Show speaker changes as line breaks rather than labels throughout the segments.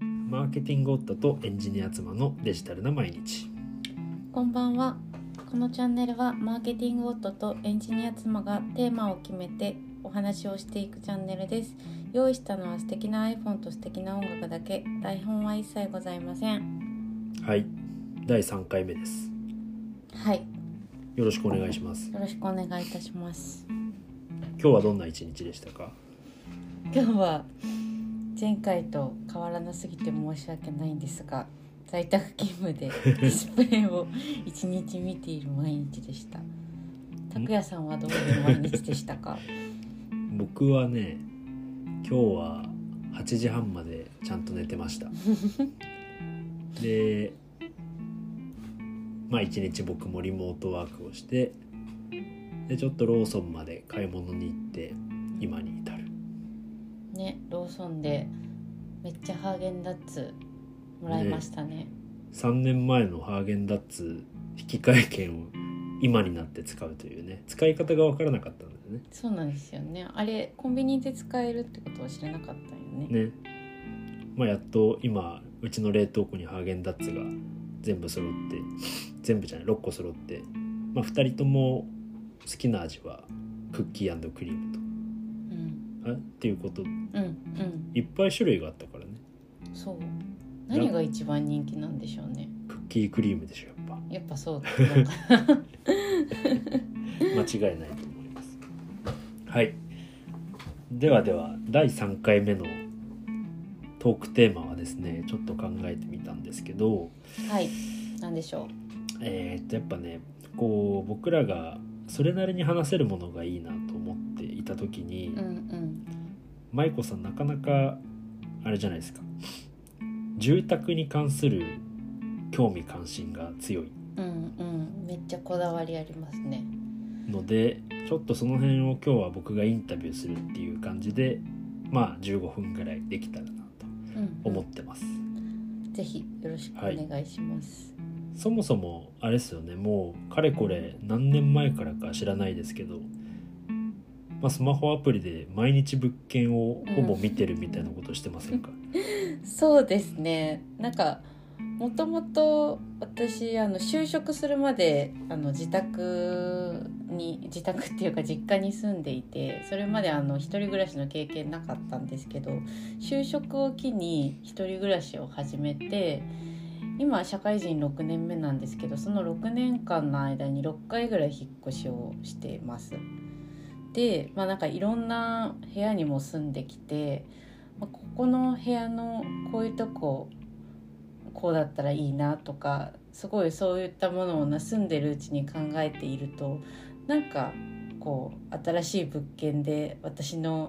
ーケティングオットとエンジニア妻のデジタルな毎日
こんばんは。このチャンネルはマーケティング夫とエンジニア妻がテーマを決めてお話をしていくチャンネルです。用意したのは素敵な iPhone と素敵な音楽だけ。台本は一切ございません。
はい第3回目です
はい。
よろしくお願いします
よろしくお願いいたします。
今日はどんな一日でしたか
今日は前回と変わらなすぎて申し訳ないんですが、在宅勤務 でディスプレイを一日見ている毎日でした。拓也さんはどういう毎日でした か。
僕はね今日は8時半までちゃんと寝てま したでまあ一日僕もリモートワークをしてでちょっとローソンまで買い物に行って今に至る
ねローソンでめっちゃハーゲンダッツもらいましたね
3年前のハーゲンダッツ引き換え券を今になって使うというね使い方が分からなかったんだよね
そうなんですよねあれコンビニで使えるってことは知らなかったよね
ねまあやっと今うちの冷凍庫にハーゲンダッツが全部揃って全部じゃない6個揃って、まあ、2人とも好きな味はクッキークリームとあ
うん
っていうこと
うんうん
いっぱい種類があったからね
そう何が一番人気なんでしょうね
クッキークリームでしょやっぱ
やっぱそう だな
間違いないと思いますはいではでは第3回目のトークテーマはですねちょっと考えてみたんですけど
はいなんでしょ
えーっとやっぱねこう僕らがそれなりに話せるものがいいなと思っていた時に
ううんうん
舞子さんなかなかあれじゃないですか住宅に関する興味関心が強い
うんうんめっちゃこだわりありますね
のでちょっとその辺を今日は僕がインタビューするっていう感じでまあ15分ぐらいできたらなと
うん、
思ってます
ぜひよろしくお願いします、
そもそもあれですよねもうかれこれ何年前からか知らないですけど、まあ、スマホアプリで毎日物件をほぼ見てるみたいなことしてませんか、
そうですねなんかもともと私あの就職するまであの自宅に自宅っていうか実家に住んでいてそれまであの一人暮らしの経験なかったんですけど就職を機に一人暮らしを始めて今社会人6年目なんですけどその6年間の間に6回ぐらい引っ越しをしています。でまあなんかいろんな部屋にも住んできてまあここの部屋のこういうとここうだったらいいなとかすごいそういったものを盗んでるうちに考えているとなんかこう新しい物件で私の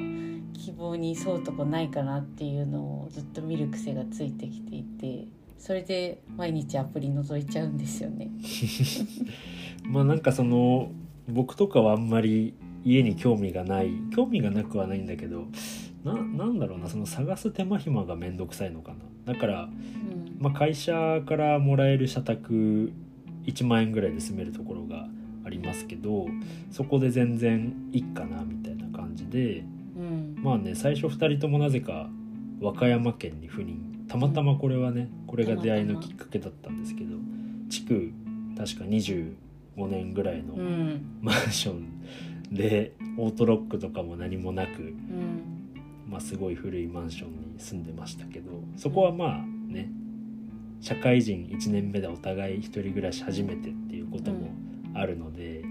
希望に沿うとこないかなっていうのをずっと見る癖がついてきていてそれで毎日アプリ覗いちゃうんですよね。
まあなんかその僕とかはあんまり家に興味がない興味がなくはないんだけどななんだろうなその探す手間暇がめんどくさいのかなだから、
うん
まあ、会社からもらえる社宅1万円ぐらいで住めるところがありますけどそこで全然いいかなみたいな感じで
うん
まあね最初2人ともなぜか和歌山県に赴任たまたまこれはねこれが出会いのきっかけだったんですけど築確か25年ぐらいの
うん
マンションでオートロックとかも何もなく、
うん
まあ、すごい古いマンションに住んでましたけどそこはまあね社会人1年目でお互い一人暮らし始めてっていうこともあるので、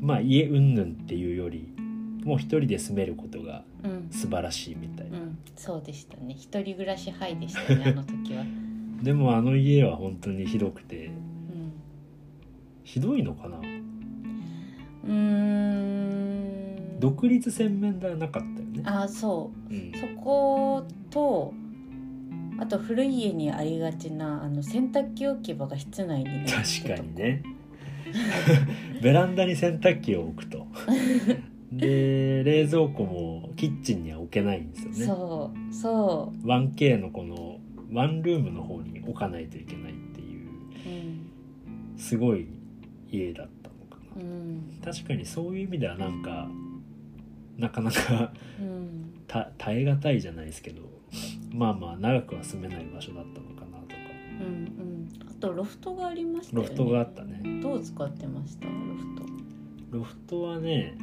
まあ家云々っていうよりもう一人で住めることが
うん
素晴らしいみたいうな、
ん、そうでしたね一人暮らしハイでしたねあの時は、う
でもあの家は本当にひどくて
ん、
ひどいのかな
うーん
独立洗面台はなかったよね、
あそ
うん
うそことあと古い家にありがちなあの洗濯機置き場が室内にね
確かにねベランダに洗濯機を置くとで冷蔵庫もキッチンには置けないんですよね
そうそ
1K のこのワンルームの方に置かないといけないっていう
ううん、
すごい家だったのか
う
な、
ん
確かにそういう意味ではなんかなかなか
うん、
た耐え難いじゃないですけどまあまあ長くは住めない場所だったのかなとか
うんうん、あとロフトがありましたよ
ロフ
ね
トがあったね
どう使ってましたロフト
ロフトはね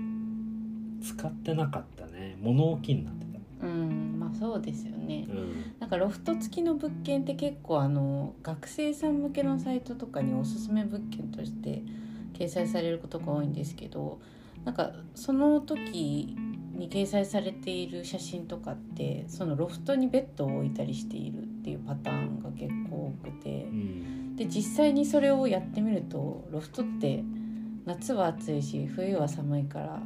使ってなかったね物置になって
うんまあそうですよね
た、うん、
なんかロフト付きの物件って結構あの学生さん向けのサイトとかにおすすめ物件として掲載されることが多いんですけどなんかその時に掲載されている写真とかってそのロフトにベッドを置いたりしているっていうパターンが結構多くて
うん、
で実際にそれをやってみるとロフトって夏は暑いし冬は寒いから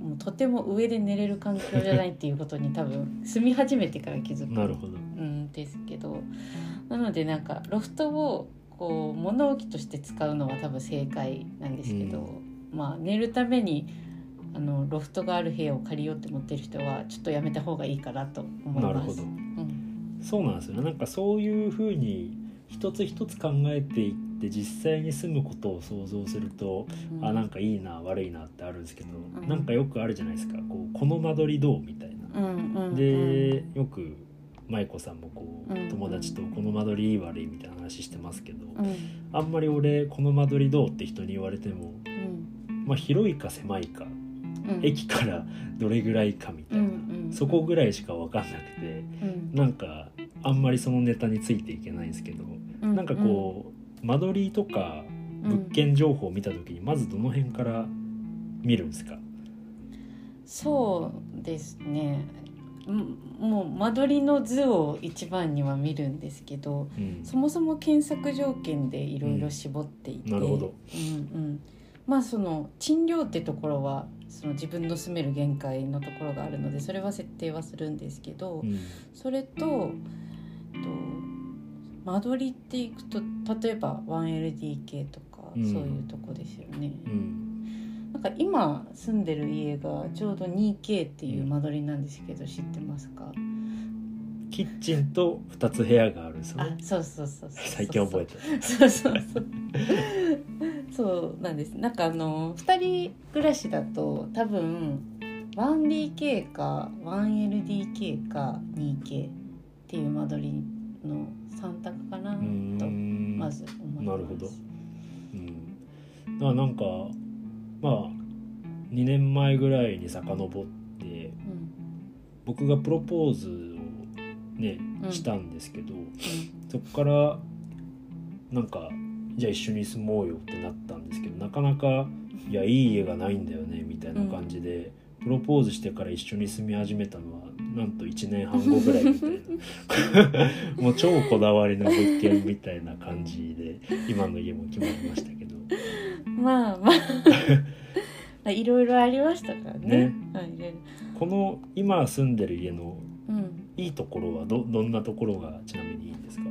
もうとても上で寝れる環境じゃないっていうことに多分住み始めてから気づく
なるほど
うんですけどなのでなんかロフトをこう物置として使うのは多分正解なんですけど、
う
まあ寝るためにあのロフトがある部屋を借りようって思ってる人はちょっとやめた方がいいかなと思い
なる
ます。
ほど
うん
そうなんですよねなんかそういうふうに一つ一つ考えていって実際に住むことを想像すると、
うん
あなんかいいな悪いなってあるんですけど、
ん
なんかよくあるじゃないですかこうこの間取りどうみたいな。
うんうんうん、
でよく舞子さんもこう、
うん
友達とこの間取りいい悪いみたいな話してますけど、
うん
あんまり俺この間取りどうって人に言われても、
うん
まあ、広いか狭いか、
うん、
駅からどれぐらいかみたいな、
うんうん
そこぐらいしか分かんなくて
うん
なんかあんまりそのネタについていけないんですけど、
うん
なんかこう間取りとか
うん
物件情報を見た時にまずどの辺から見るんですか、
そうですねうんもう間取りの図を一番には見るんですけど、
うん
そもそも検索条件でいろいろ絞っていて、
うんなるほど
うんうんまあその賃料ってところはその自分の住める限界のところがあるのでそれは設定はするんですけど、
うん
それと、えっと、間取りっていくと例えば 1LDK とかそう
うん
いうとこですよね、
うん
なんか今住んでる家がちょうど 2K っていう間取りなんですけど知ってますか、
キッチンと2つ部屋があるんですよ
あ
ね
そうそうそうそうそう
最近覚えてる
そうそうそう。そうなんです。なんかあの二人暮らしだと多分 1DK か 1LDK か 2K っていう間取りの三択かな
うーん
とまず思いま
な
す。
るほどうん、だからなんかまあ2年前ぐらいに遡って
うん。
僕がプロポーズをね
うん
したんですけど、そこからなんかじゃあ一緒に住もうよってなったんですけどなかなかいやいい家がないんだよねみたいな感じで、プロポーズしてから一緒に住み始めたのはなんと1年半後ぐらいみたいな もう超こだわりの物件みたいな感じで今の家も決まりましたけど
うんまあ まあいろいろありましたからね。
ね
はい。いろいろ
この今住んでる家の
うん。
いいところはどどんなところがちなみにいいんですか、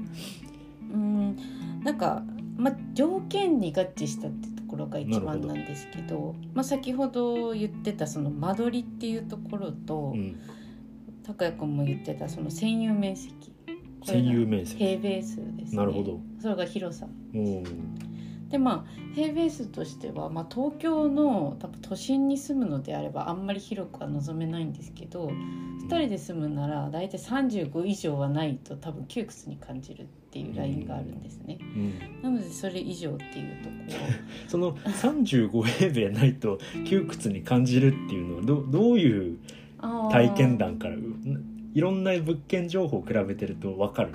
うんなんか、ま、条件に合致したってところが一番なんですけどまあ、先ほど言ってたその間取りっていうところと
うん、
拓哉、君も言ってたその占有面積これ
占
が
有面積
平米数です、ね、
なるほど
それが広さ
うん
でまあ平米数としては、まあ、東京の多分都心に住むのであればあんまり広くは望めないんですけど2人で住むなら大体35以上はないと多分窮屈に感じるっていうラインがあるんですね。
うん
なのでそれ以上っていうとこ
その35平米ないと窮屈に感じるっていうのはどどういう
ろ
体験談からいろんな物件情報を比べてると分かる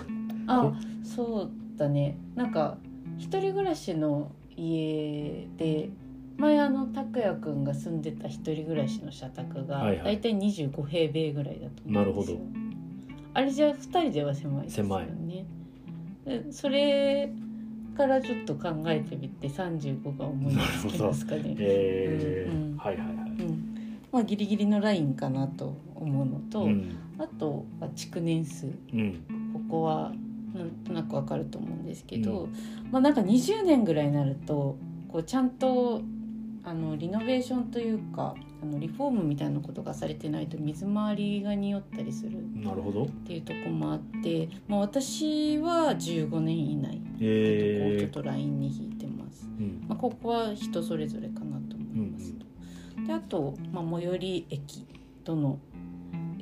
あーあそうだねなんか一人暮らしの家で前あの拓也くんが住んでた一人暮らしの社宅が
はいは
大
い
体25平米ぐらいだと思うんですよ
なる
あれじゃ二人では狭いですよねでそれからちょっと考えてみて35が思いつきますかね、
えー
うんうん
はいはいはい、
うん、まあギリギリのラインかなと思うのと、
うん
あとは築年数
うん
ここはなんとなくわかると思うんですけど、まあなんか20年ぐらいになるとこうちゃんとあのリノベーションというかあのリフォームみたいなことがされてないと水回りが匂ったりするっ
なるほど
ていうとこもあって、まあ、私は15年以内っていうとこを
え
ちょっ
ー
とラインに引いてます。
うん
まあ、ここは人それぞれかなと思いますと、であと、まあ、最寄り駅どの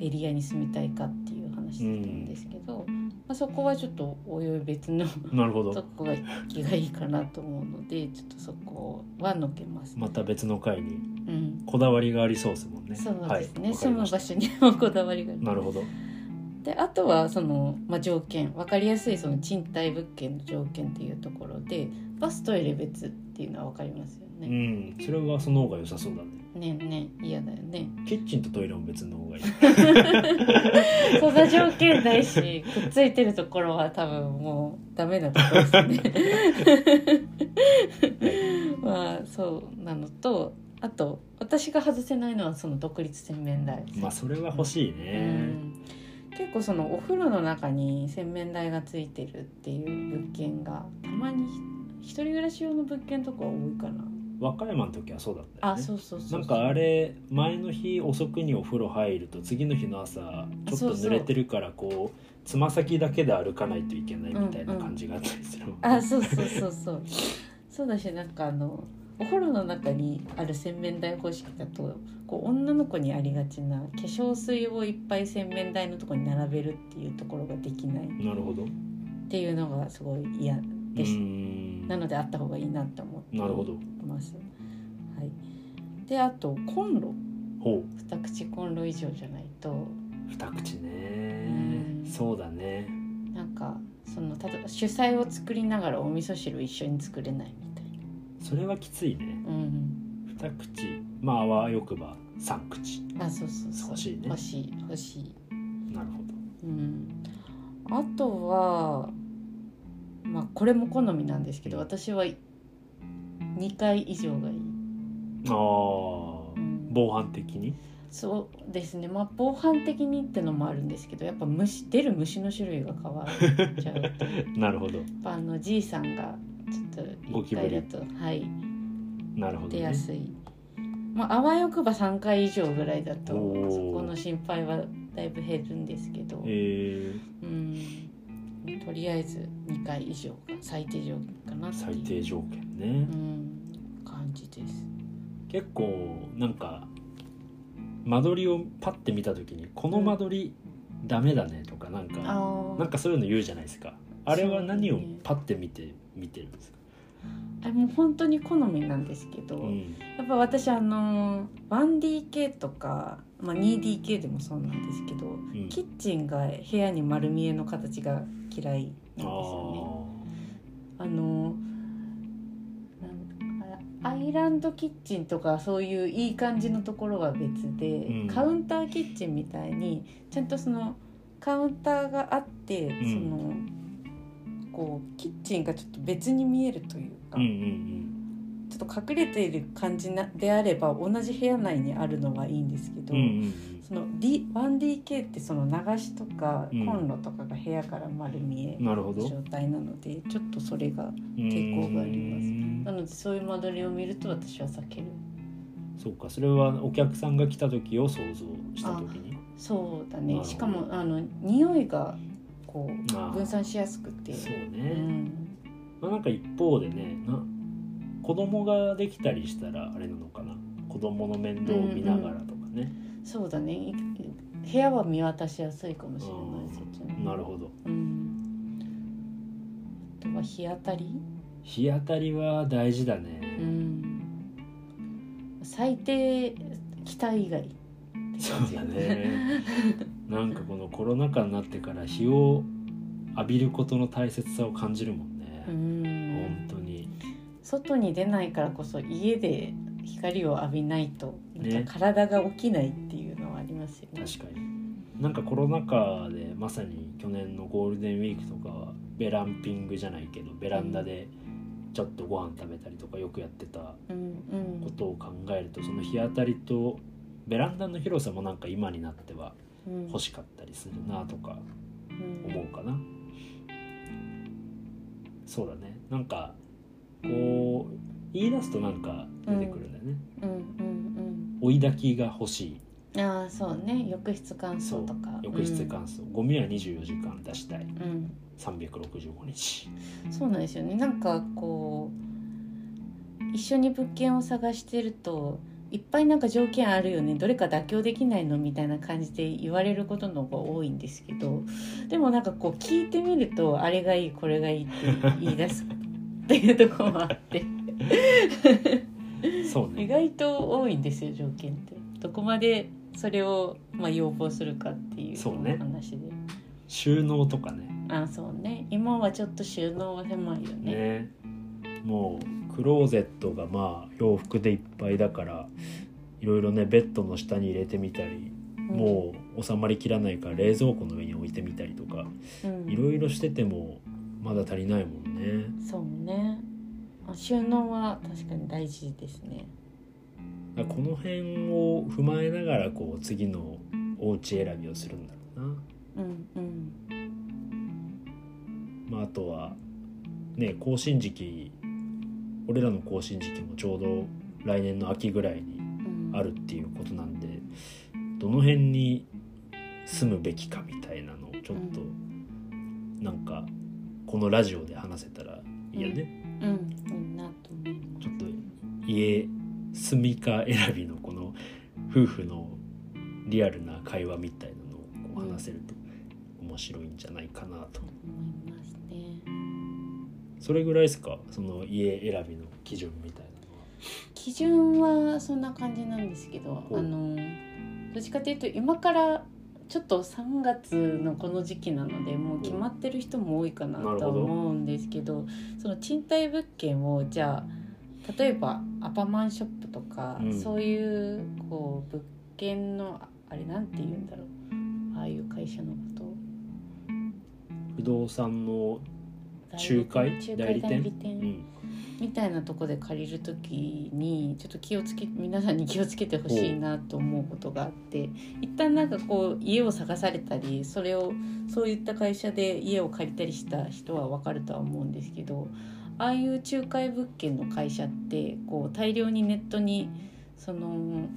エリアに住みたいかっていう話したんですけど、まあ、そこはちょっとおいおい別の
なるほ
と
ど
こが気がいいかなと思うのでちょっとそこはのけます、
また別の回に
うん、
こだわりがありそうですもんね
そうですね、
はい、わか
住
り
む
まし
場
た
所にもこだわりがある
なるほど
であとはその、まあ、条件分かりやすいその賃貸物件の条件っていうところでバストイレ別っていうのは分かりますよ
う
ね。
んそれはその方が良さそうだね
ねえねえ嫌だよね。
キッチンとトイレも別の方がいい
そんな条件ないしくっついてるところは多分もうダメなところですね。まあそうなのとあと私が外せないのはその独立洗面台。
まあそれは欲しいうね
ん結構そのお風呂の中に洗面台がついてるっていう物件がたまに一人暮らし用の物件とか多いかな、
和歌山の時はそうだったよ
あ
ね
そうそうそう
なんかあれ前の日遅くにお風呂入ると次の日の朝ちょっと濡れてるからこうつま先だけで歩かないといけないみたいな感じがあったりするもんね
あそうそうそうそうそうだしなんかあのお風呂の中にある洗面台方式だとこう女の子にありがちな化粧水をいっぱい洗面台のとこに並べるっていうところができないっ
なるほど
ていうのがすごい嫌で
うー
す、
ん
な
な
のであった方がいいなって思って
るほど
ます。はい。であとコンロ
ほう
二口コンロ以上じゃないと
二口
う
ね
ん
そうだね
なんかその例えば主菜を作りながらお味噌汁一緒に作れないみたい
それはきついね
な。うん。
二口まああわよくば三口
あそうそうそう。
欲しいね
欲しい欲しい。
なるほど
うん。あとはまあこれも好みなんですけど
うん
私は二回以上がいい。
あ
う
あ
ん
防犯的に
そうですねまあ防犯的にってのもあるんですけどやっぱ虫出る虫の種類が変わっちゃ う
なるほど
あのじいさんがちょっと
ゴ
一
キブ
回
リ
だと、はい、
なるほど
出
ね
やすい、まああわよくば3回以上ぐらいだとそ
おー
この心配はだいぶ減るんですけど、
え
うんとりあえず2回以上が最低条件かな
ー、
っていう
最低条件ね
うん、感じです。
結構なんか間取りをパッて見た時にこの間取りダメだねとかなん
あ
か
ー
なんかそういうの言うじゃないですかあれは何を
そうね
パッて見て見てるんですか
あれもう本当に好みなんですけど、
うん
やっぱ私あの 1DK とか、まあ、2DK でもそうなんですけど、
うん
キッチンが部屋に丸見えの形が嫌いなんで
あ
すよ
ー
ね。あのなんあアイランドキッチンとかそういういい感じのところは別で、
うん
カウンターキッチンみたいにちゃんとそのカウンターがあって、
ん
そのこうキッチンがちょっと別に見えるというか、
うんう
ち
ん
ょっと隠れている感じなであれば同じ部屋内にあるのはいいんですけど。
うんうんうん
その D 1DK ってその流しとか
うん
コンロとかが部屋から丸見え
うんなるほど
の状態なので、ちょっとそれが抵抗があります
うん
なのでそういう間取りを見ると私は避ける
そうかそれはお客さんが来た時を想像した時に
そうだ
なるほ
ね
ど
しかもあの匂いがこ
あー
う分散しやすくて
そう
う
ね、
ん、
まあ、なんか一方でねな子供ができたりしたらあれなのかな子供の面倒を見ながらとかね、
そうだねい部屋は見渡しやすいかもしれ
う
なんいそっちの
なるほど
うん、あとは日当たり、
日当たりは大事だね、
うん、最低北以外って感じ
そうだねなんかこのコロナ禍になってから日を浴びることの大切さを感じるもんね、
うん
本当に
外に出ないからこそ家で光を浴びないと
ね
なんか体が起きないっていうのはありますよね。
確かになんかコロナ禍でまさに去年のゴールデンウィークとかはベランピングじゃないけどベランダでちょっとご飯食べたりとかよくやってた
うん
ことを考えるとその日当たりとベランダの広さもなんか今になっては
うん、
欲しかったりするなとか
うん
思うかな、そうだねなんかこう言い出すとなんか出てくるんだよね、
うんうん
追い焚きが欲しい
うん。ああそうね浴室乾燥とか。
浴室乾燥、ゴミは24時間出したい
燥、うん
365日
うん。そうなんですよね。なんかこう一緒に物件を探してるといっぱいなんか条件あるよねどれか妥協できないのみたいな感じで言われることの方が多いんですけどでもなんかこう聞いてみるとあれがいいこれがいいって言い出すっていうところもあって
そう
意
ね
外と多いんですよ条件ってどこまでそれをまあ要望するかっていう
そうね
話で、
収納とかね
あそうね今はちょっと収納は狭いよね
ねもうクローゼットがまあ洋服でいっぱいだからいろいろねベッドの下に入れてみたりもう収まりきらないから冷蔵庫の上に置いてみたりとか
うん、うん
いろいろしててもまだ足りないもんね
そうねあ収納は確かに大事ですね
だからこの辺を踏まえながらこう次のお家選びをするんだろうな、
うんうん
まあ、あとはね更新時期俺らの更新時期もちょうど来年の秋ぐらいに
うん
あるっていうことなんでどの辺に住むべきかみたいなのをちょっと
う
なんかこのラジオで話せたらいいよね、
うんいいなと思います
ちょっと家住みか選びのこの夫婦のリアルな会話みたいなのをこう話せると面白いんじゃないかなと
思いますね
それぐらいですかその家選びの基準みたい
基準はそんな感じなんですけど
ほう
あのどっちかというと今からちょっと3月のこの時期なのでもう決まってる人も多いか
な
な
るほど
とは思うんですけどその賃貸物件をじゃあ例えばアパマンショップとか、
うん
そういうこう物件のああれなんて言うんだろうああいう会社のこと
なのは不動産の仲介
代理
代
店
理うん
みたいなとこで借りる時にちょっと気をつけ皆さんに気をつけてほしいなと思うことがあって一旦なんかこう家を探されたりそれをそういった会社で家を借りたりした人は分かるとは思うんですけどああいう仲介物件の会社ってこう大量にネットにその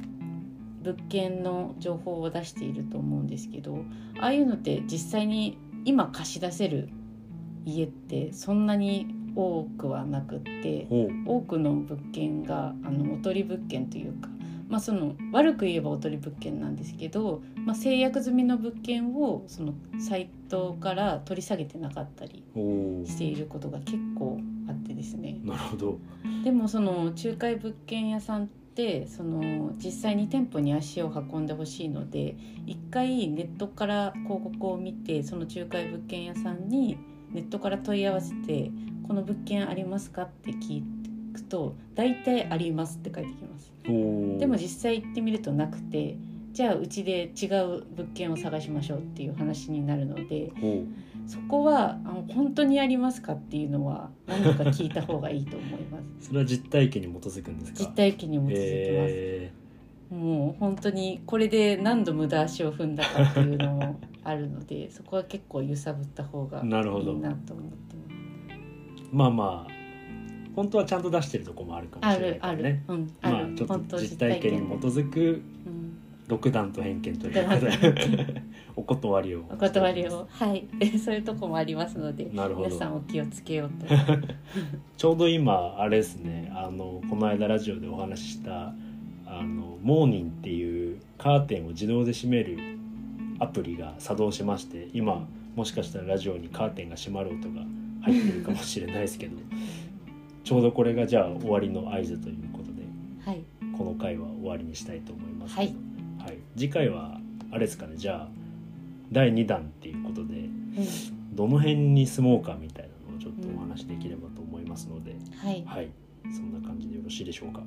物件の情報を出していると思うんですけどああいうのって実際に今貸し出せる家ってそんなに多くはなくって
ほう
多くの物件があのおとり物件というか、まあ、その悪く言えばおとり物件なんですけど、まあ、制約済みの物件をそのサイトから取り下げてなかったり
ほう
していることが結構あってですね。
なるほど
でもその仲介物件屋さんってその実際に店舗に足を運んでほしいので一回ネットから広告を見てその仲介物件屋さんにネットから問い合わせて「この物件ありますか?」って聞くと大体「あります」って返ってきます。
ほう
でも実際行ってみるとなくてじゃあうちで違う物件を探しましょうっていう話になるので
ほう
そこはあの本当にありますかっていうのは何度か聞いた方がいいと思います。
それは実体験に基づくんですか
実体験に基づきます、
え
もう本当にこれで何度無駄足を踏んだかっていうのもあるの でそこは結構揺さぶった方がいい
な
な
る
と
ほ
思
ど
ってます
ーまあまあ本当はちゃんと出してるとこもあるかも
あ
しれない
る
か
あ
ら
る、
ね
うんある、
まあちょっ
本
と
当
実体験に基づく
うん
独断と偏見という
独断と偏
かお断りを
お 断りをはいそういう とこもありますので
なるほ
皆
ど
さんお気をつけよう と
ちょうど今あれですねあのこの間ラジオでお話ししたあのモーニンっていうカーテンを自動で閉めるアプリが作動しまして今もしかしたらラジオにカーテンが閉まる音が入ってるかもしれないですけど ちょうどこれがじゃあ終わりの合図ということで
はい
この回は終わりにしたいと思います
はい
はい、次回はあれですかねじゃあ第2弾っていうことで
うん
どの辺に住もうかみたいなのをちょっとお話しできればと思いますので、
はい
はい、そんな感じでよろしいでしょうか。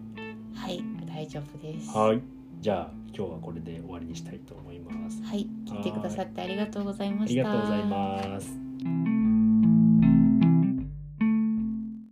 はい大丈夫です
はい、じゃあ今日はこれで終わりにしたいと思います。
はい聞いてくださってありがとうござい
あ
ま
り
した
がとうございます。